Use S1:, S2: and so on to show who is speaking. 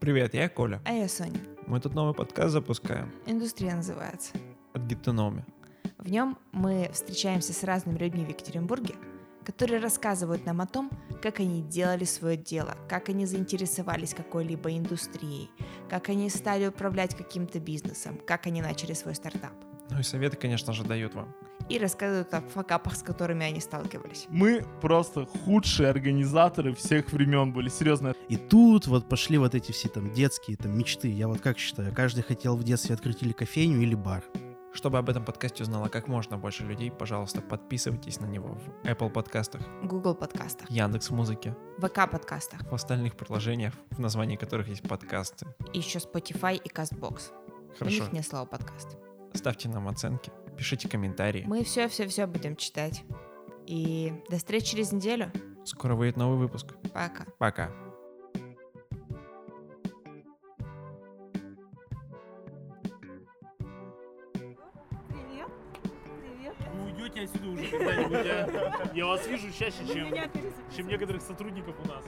S1: Привет, я Коля.
S2: А я Соня.
S1: Мы тут новый подкаст запускаем
S2: Индустрия называется.
S1: от Гиптономи.
S2: В нем мы встречаемся с разными людьми в Екатеринбурге, которые рассказывают нам о том, как они делали свое дело, как они заинтересовались какой-либо индустрией, как они стали управлять каким-то бизнесом, как они начали свой стартап.
S1: Ну и советы, конечно же, дают вам.
S2: И рассказывают о факапах, с которыми они сталкивались.
S3: Мы просто худшие организаторы всех времен были, серьезно.
S4: И тут вот пошли вот эти все там детские там мечты. Я вот как считаю, каждый хотел в детстве открыть или кофейню, или бар.
S1: Чтобы об этом подкасте узнало как можно больше людей, пожалуйста, подписывайтесь на него в Apple подкастах,
S2: Google подкастах,
S1: Яндекс Музыке,
S2: ВК подкастах,
S1: в остальных приложениях, в названии которых есть подкасты.
S2: и еще Spotify и Castbox. У
S1: Хорошо.
S2: них не слово подкаст.
S1: Ставьте нам оценки, пишите комментарии.
S2: Мы все-все-все будем читать. И до встречи через неделю.
S1: Скоро выйдет новый выпуск.
S2: Пока.
S1: Пока.
S5: Привет. Привет.
S3: Вы уйдете отсюда уже когда-нибудь, а? Я вас вижу чаще,
S5: Вы
S3: чем,
S5: меня
S3: чем
S5: перезаписали.
S3: некоторых сотрудников у нас.